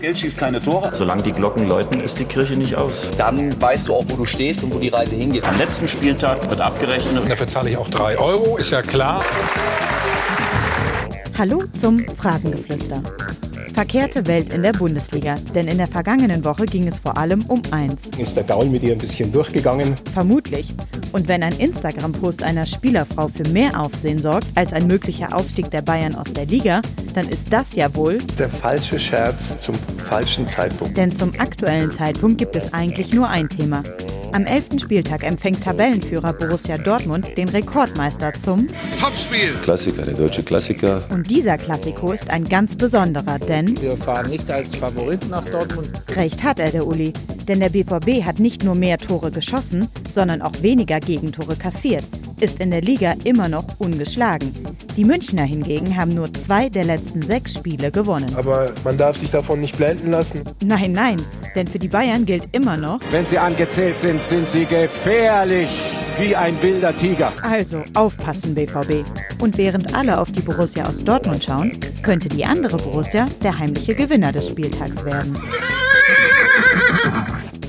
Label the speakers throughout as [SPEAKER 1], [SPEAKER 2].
[SPEAKER 1] Geld schießt keine Tore.
[SPEAKER 2] Solange die Glocken läuten, ist die Kirche nicht aus.
[SPEAKER 3] Dann weißt du auch, wo du stehst und wo die Reise hingeht.
[SPEAKER 2] Am letzten Spieltag wird abgerechnet.
[SPEAKER 4] Dafür zahle ich auch 3 Euro, ist ja klar.
[SPEAKER 5] Hallo zum Phrasengeflüster. Verkehrte Welt in der Bundesliga, denn in der vergangenen Woche ging es vor allem um eins.
[SPEAKER 6] Ist der Gaul mit ihr ein bisschen durchgegangen?
[SPEAKER 5] Vermutlich. Und wenn ein Instagram-Post einer Spielerfrau für mehr Aufsehen sorgt als ein möglicher Ausstieg der Bayern aus der Liga, dann ist das ja wohl
[SPEAKER 7] der falsche Scherz zum falschen Zeitpunkt.
[SPEAKER 5] Denn zum aktuellen Zeitpunkt gibt es eigentlich nur ein Thema. Am 11. Spieltag empfängt Tabellenführer Borussia Dortmund den Rekordmeister zum
[SPEAKER 8] Topspiel. Klassiker, der deutsche Klassiker.
[SPEAKER 5] Und dieser Klassiko ist ein ganz besonderer, denn
[SPEAKER 9] wir fahren nicht als Favorit nach Dortmund.
[SPEAKER 5] Recht hat er, der Uli, denn der BVB hat nicht nur mehr Tore geschossen, sondern auch weniger Gegentore kassiert, ist in der Liga immer noch ungeschlagen. Die Münchner hingegen haben nur zwei der letzten sechs Spiele gewonnen.
[SPEAKER 10] Aber man darf sich davon nicht blenden lassen.
[SPEAKER 5] Nein, nein, denn für die Bayern gilt immer noch,
[SPEAKER 11] wenn sie angezählt sind, sind sie gefährlich wie ein wilder Tiger.
[SPEAKER 5] Also aufpassen, BVB. Und während alle auf die Borussia aus Dortmund schauen, könnte die andere Borussia der heimliche Gewinner des Spieltags werden.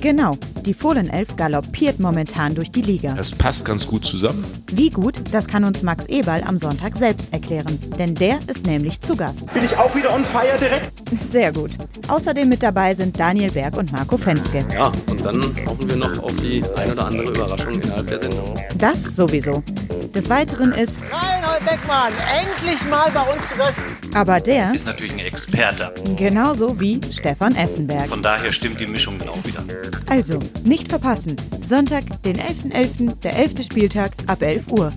[SPEAKER 5] Genau, die Fohlenelf galoppiert momentan durch die Liga.
[SPEAKER 12] Das passt ganz gut zusammen.
[SPEAKER 5] Wie gut, das kann uns Max Eberl am Sonntag selbst erklären, denn der ist nämlich zu Gast.
[SPEAKER 13] Bin ich auch wieder on fire direkt?
[SPEAKER 5] Sehr gut. Außerdem mit dabei sind Daniel Berg und Marco Fenske.
[SPEAKER 14] Ja, Ah, und dann hoffen wir noch auf die ein oder andere Überraschung innerhalb der Sendung.
[SPEAKER 5] Das sowieso. Des Weiteren ist
[SPEAKER 15] Reinhold Beckmann endlich mal bei uns zu Gast.
[SPEAKER 5] Aber der
[SPEAKER 16] ist natürlich ein Experte.
[SPEAKER 5] Genauso wie Stefan Effenberg.
[SPEAKER 16] Von daher stimmt die Mischung genau wieder.
[SPEAKER 5] Also, nicht verpassen. Sonntag, den 11.11., .11., der 11. Spieltag ab 11 Uhr.